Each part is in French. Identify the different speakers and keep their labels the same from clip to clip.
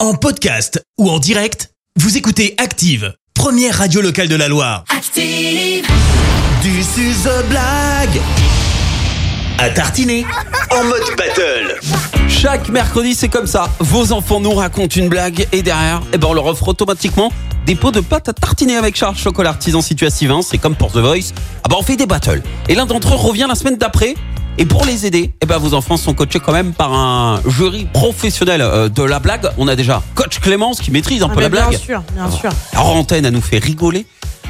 Speaker 1: En podcast ou en direct, vous écoutez Active, première radio locale de la Loire.
Speaker 2: Active.
Speaker 1: Du suzo blague à tartiner en mode battle.
Speaker 3: Chaque mercredi, c'est comme ça. Vos enfants nous racontent une blague et derrière, eh ben, on leur offre automatiquement des pots de pâte à tartiner avec Charles Chocolat Artisan situé à Sivin. C'est comme pour The Voice. Ah ben, on fait des battles. Et l'un d'entre eux revient la semaine d'après. Et pour les aider, eh ben, vos enfants sont coachés quand même par un jury professionnel euh, de la blague. On a déjà Coach Clémence qui maîtrise un
Speaker 4: Ah,
Speaker 3: peu
Speaker 4: mais
Speaker 3: la blague. Oh.
Speaker 4: Bien sûr, bien sûr.
Speaker 3: La antenne, elle nous fait rigoler.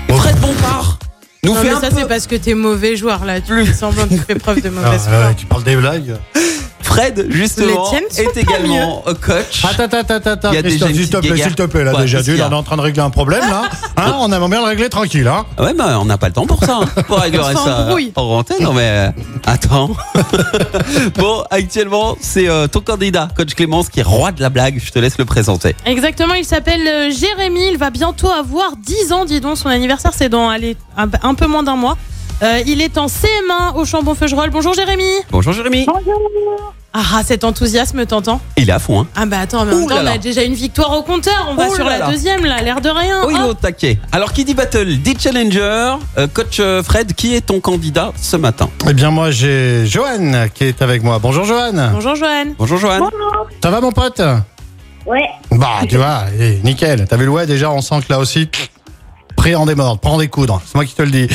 Speaker 3: Et Fred Bompard nous
Speaker 4: Non,
Speaker 3: fait
Speaker 4: mais
Speaker 3: un
Speaker 4: ça,
Speaker 3: peu...
Speaker 4: c'est parce que t'es mauvais joueur, là. Tu fais semblant que tu fais preuve de mauvaise foi.
Speaker 5: Ah, tu parles des blagues
Speaker 3: Fred, justement,
Speaker 4: tiennes sont
Speaker 3: est
Speaker 4: pas
Speaker 3: également euh, coach.
Speaker 5: Attends, attends, attends, attends,
Speaker 3: Il y a déjà
Speaker 5: Christophe,
Speaker 3: une
Speaker 5: s'il
Speaker 3: petite guéguerre.
Speaker 5: te plaît, s'il te plaît, là,
Speaker 3: Quoi,
Speaker 5: déjà,
Speaker 3: qu'est-ce
Speaker 5: nul,
Speaker 3: qu'il y a
Speaker 5: on est en train de régler un problème, là. Hein, on aimerait bien le régler tranquille, hein.
Speaker 3: Ah Ouais, mais on n'a pas le temps pour ça. hein. Pour régler ça
Speaker 4: s'embrouille.
Speaker 3: en antenne, non mais euh, attends. bon, actuellement, c'est euh, ton candidat, coach Clémence, qui est roi de la blague. Je te laisse le présenter.
Speaker 4: Exactement, il s'appelle euh, Jérémy. Il va bientôt avoir 10 ans, dis donc. Son anniversaire, c'est dans allez, un, un peu moins d'un mois. Euh, il est en CM1 au Chambon-Feugerolles. Bonjour Jérémy.
Speaker 3: Bonjour Jérémy.
Speaker 4: Ah, ah, cet enthousiasme, t'entends
Speaker 3: Il est à fond. Hein.
Speaker 4: Ah, bah attends, mais en
Speaker 3: Ouh
Speaker 4: même temps,
Speaker 3: là
Speaker 4: on
Speaker 3: là.
Speaker 4: a déjà une victoire au compteur. On va
Speaker 3: Oh
Speaker 4: sur la
Speaker 3: là là.
Speaker 4: deuxième, là, l'air de rien.
Speaker 3: Oh, il est
Speaker 4: Hop.
Speaker 3: au taquet. Alors, qui dit battle, dit challenger. Euh, coach euh, Fred, qui est ton candidat ce matin
Speaker 5: Eh bien, moi, j'ai Johan qui est avec moi. Bonjour, Johan.
Speaker 4: Bonjour Joanne.
Speaker 3: Bonjour Johan.
Speaker 5: Ça va, mon pote
Speaker 6: Ouais,
Speaker 5: Bah, tu vois, eh, nickel. T'as vu le ouais, déjà, on sent que là aussi, prêt en démordre, prêt en découdre. C'est moi qui te le dis.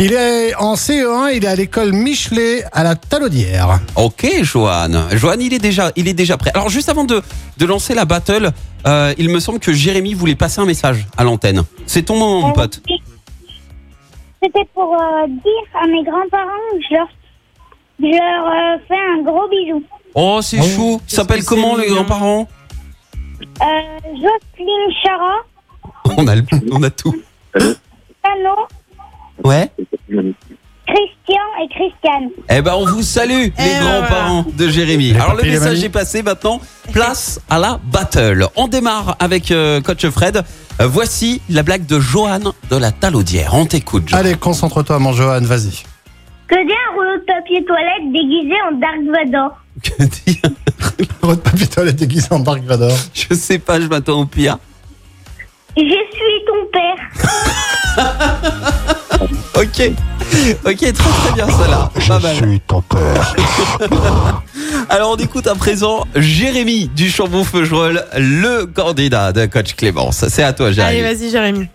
Speaker 5: Il est en CE1, il est à l'école Michelet à la Talaudière.
Speaker 3: Ok, Johan. Johan, il est déjà, il est déjà prêt. Alors, juste avant de, de lancer la battle, euh, il me semble que Jérémy voulait passer un message à l'antenne. C'est ton moment, mon
Speaker 6: euh,
Speaker 3: pote.
Speaker 6: C'était pour euh, dire à mes grands-parents que je leur, je leur euh, fais un gros bisou.
Speaker 3: Oh, c'est
Speaker 5: Oh.
Speaker 3: chou.
Speaker 4: Qu'est-ce
Speaker 3: S'appelle
Speaker 4: que
Speaker 3: comment
Speaker 4: c'est
Speaker 3: les
Speaker 4: mignon.
Speaker 3: grands-parents
Speaker 6: Euh, Jocelyne Chara,
Speaker 3: On a, le- on a tout.
Speaker 6: Tano,
Speaker 3: Ouais.
Speaker 6: Christian et Christiane.
Speaker 3: Eh ben, on vous salue,
Speaker 4: Eh
Speaker 3: les
Speaker 4: ben
Speaker 3: grands-parents de Jérémy.
Speaker 5: Les
Speaker 3: Alors, le
Speaker 5: papis et les
Speaker 3: message
Speaker 5: mamies.
Speaker 3: est passé maintenant. Place à la battle. On démarre avec euh, Coach Fred. Euh, voici la blague de Johan de la Talaudière. On t'écoute, Johan.
Speaker 5: Allez, concentre-toi, mon Johan, vas-y.
Speaker 6: Que dit un rouleau de papier toilette déguisé en Dark Vador
Speaker 3: Que dire
Speaker 5: Votre papy toilette déguisé en Dark Vador.
Speaker 3: Je sais pas, je m'attends au pire.
Speaker 6: Je suis ton père.
Speaker 3: Ok. Ok, très très bien, ça là.
Speaker 5: Ah,
Speaker 3: Pas mal.
Speaker 5: ton père.
Speaker 3: Alors, on écoute à présent Jérémy du Chambon-Feugerolles, le candidat de Coach Clémence. C'est à toi,
Speaker 4: Allez,
Speaker 3: Jérémy.
Speaker 4: vas-y Jérémy.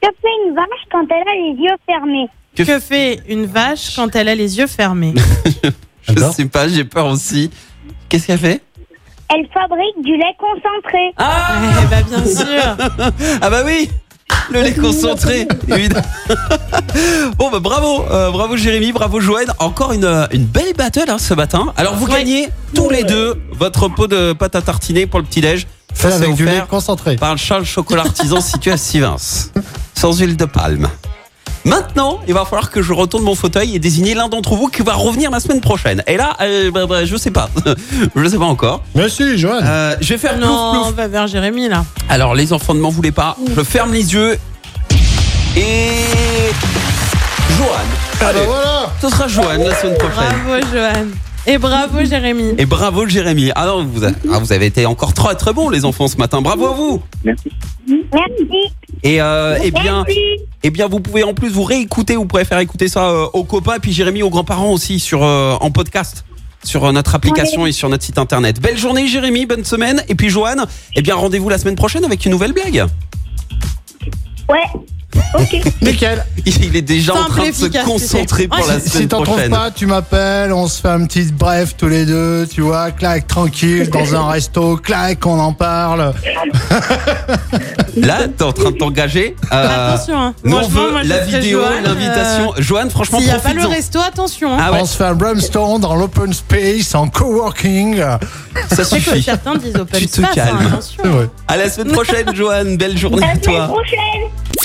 Speaker 6: Que fait une vache quand elle a les yeux fermés
Speaker 3: Que-
Speaker 4: Que fait une vache quand elle a les yeux fermés
Speaker 3: Je
Speaker 5: D'accord.
Speaker 3: sais pas, j'ai peur aussi. Qu'est-ce qu'elle fait
Speaker 6: Elle fabrique du lait concentré.
Speaker 3: Ah
Speaker 4: Eh bah bien sûr.
Speaker 3: Ah bah oui le lait concentré, évidemment. bon bah bravo, euh, bravo Jérémy, bravo Joanne. Encore une, euh, une belle battle hein, ce matin. Alors vous gagnez tous les deux votre pot de pâte à tartiner pour le petit déj.
Speaker 5: Fais
Speaker 3: C'est
Speaker 5: avec du lait
Speaker 3: offert
Speaker 5: concentré.
Speaker 3: par le Charles Chocolat Artisan situé à Sivins, sans huile de palme. Maintenant, il va falloir que je retourne mon fauteuil et désigner l'un d'entre vous qui va revenir la semaine prochaine. Et là, euh, bah, bah, je sais pas, je sais pas encore.
Speaker 5: Mais si, Johan.
Speaker 3: Euh, je vais faire plouf,
Speaker 4: Non,
Speaker 3: plouf.
Speaker 4: on va vers Jérémy là.
Speaker 3: Alors les enfants ne m'en voulaient pas. Je ferme les yeux. Et Johan.
Speaker 5: Ah bah
Speaker 3: Allez,
Speaker 5: voilà
Speaker 3: ce sera Johan la semaine prochaine.
Speaker 4: Bravo Johan. Et
Speaker 3: Mmh.
Speaker 4: bravo Jérémy.
Speaker 3: Et bravo Jérémy. Ah non, vous avez, ah, vous avez été encore très très bons les enfants ce matin. Bravo à vous.
Speaker 6: Merci.
Speaker 3: Et euh, eh bien,
Speaker 6: Merci.
Speaker 3: eh bien, vous pouvez en plus vous réécouter. Vous pourrez faire écouter ça euh, aux copains et puis Jérémy aux grands-parents aussi sur euh, en podcast. Sur euh, notre application et sur notre site internet. Belle journée, Jérémy, bonne semaine. Et puis, Johan, eh bien, rendez-vous la semaine prochaine avec une nouvelle blague.
Speaker 6: Ouais. Ok.
Speaker 5: Nickel
Speaker 3: Il est déjà en
Speaker 4: Simple
Speaker 3: train
Speaker 4: et
Speaker 3: de se
Speaker 4: efficace, tu sais.
Speaker 3: concentrer pour
Speaker 4: Ouais,
Speaker 3: la
Speaker 5: Si-
Speaker 3: semaine
Speaker 5: Si t'en trouves
Speaker 3: prochaine.
Speaker 5: pas, tu m'appelles, on se fait un petit bref tous les deux, tu vois, clac, tranquille, dans un resto, clac, on en parle.
Speaker 3: Là, t'es en train de t'engager. euh,
Speaker 4: Attention, hein.
Speaker 3: nous, on
Speaker 4: Franchement,
Speaker 3: veut
Speaker 4: moi, je
Speaker 3: la
Speaker 4: serais
Speaker 3: vidéo,
Speaker 4: Joanne,
Speaker 3: l'invitation. Joanne,
Speaker 4: euh,
Speaker 3: franchement,
Speaker 4: S'il n'y a pas le
Speaker 3: profites-en.
Speaker 4: resto, attention. hein.
Speaker 3: Ah ouais,
Speaker 5: On se fait un brainstorm dans l'open space, en coworking.
Speaker 3: Ah ça
Speaker 4: Tu sais que
Speaker 3: suffit.
Speaker 4: certains disent open
Speaker 3: Tu te
Speaker 4: space, hein,
Speaker 3: calmes.
Speaker 4: attention.
Speaker 5: C'est vrai.
Speaker 3: À la semaine prochaine, Joanne. Belle journée
Speaker 6: À
Speaker 3: à
Speaker 6: la semaine
Speaker 3: toi.
Speaker 6: prochaine.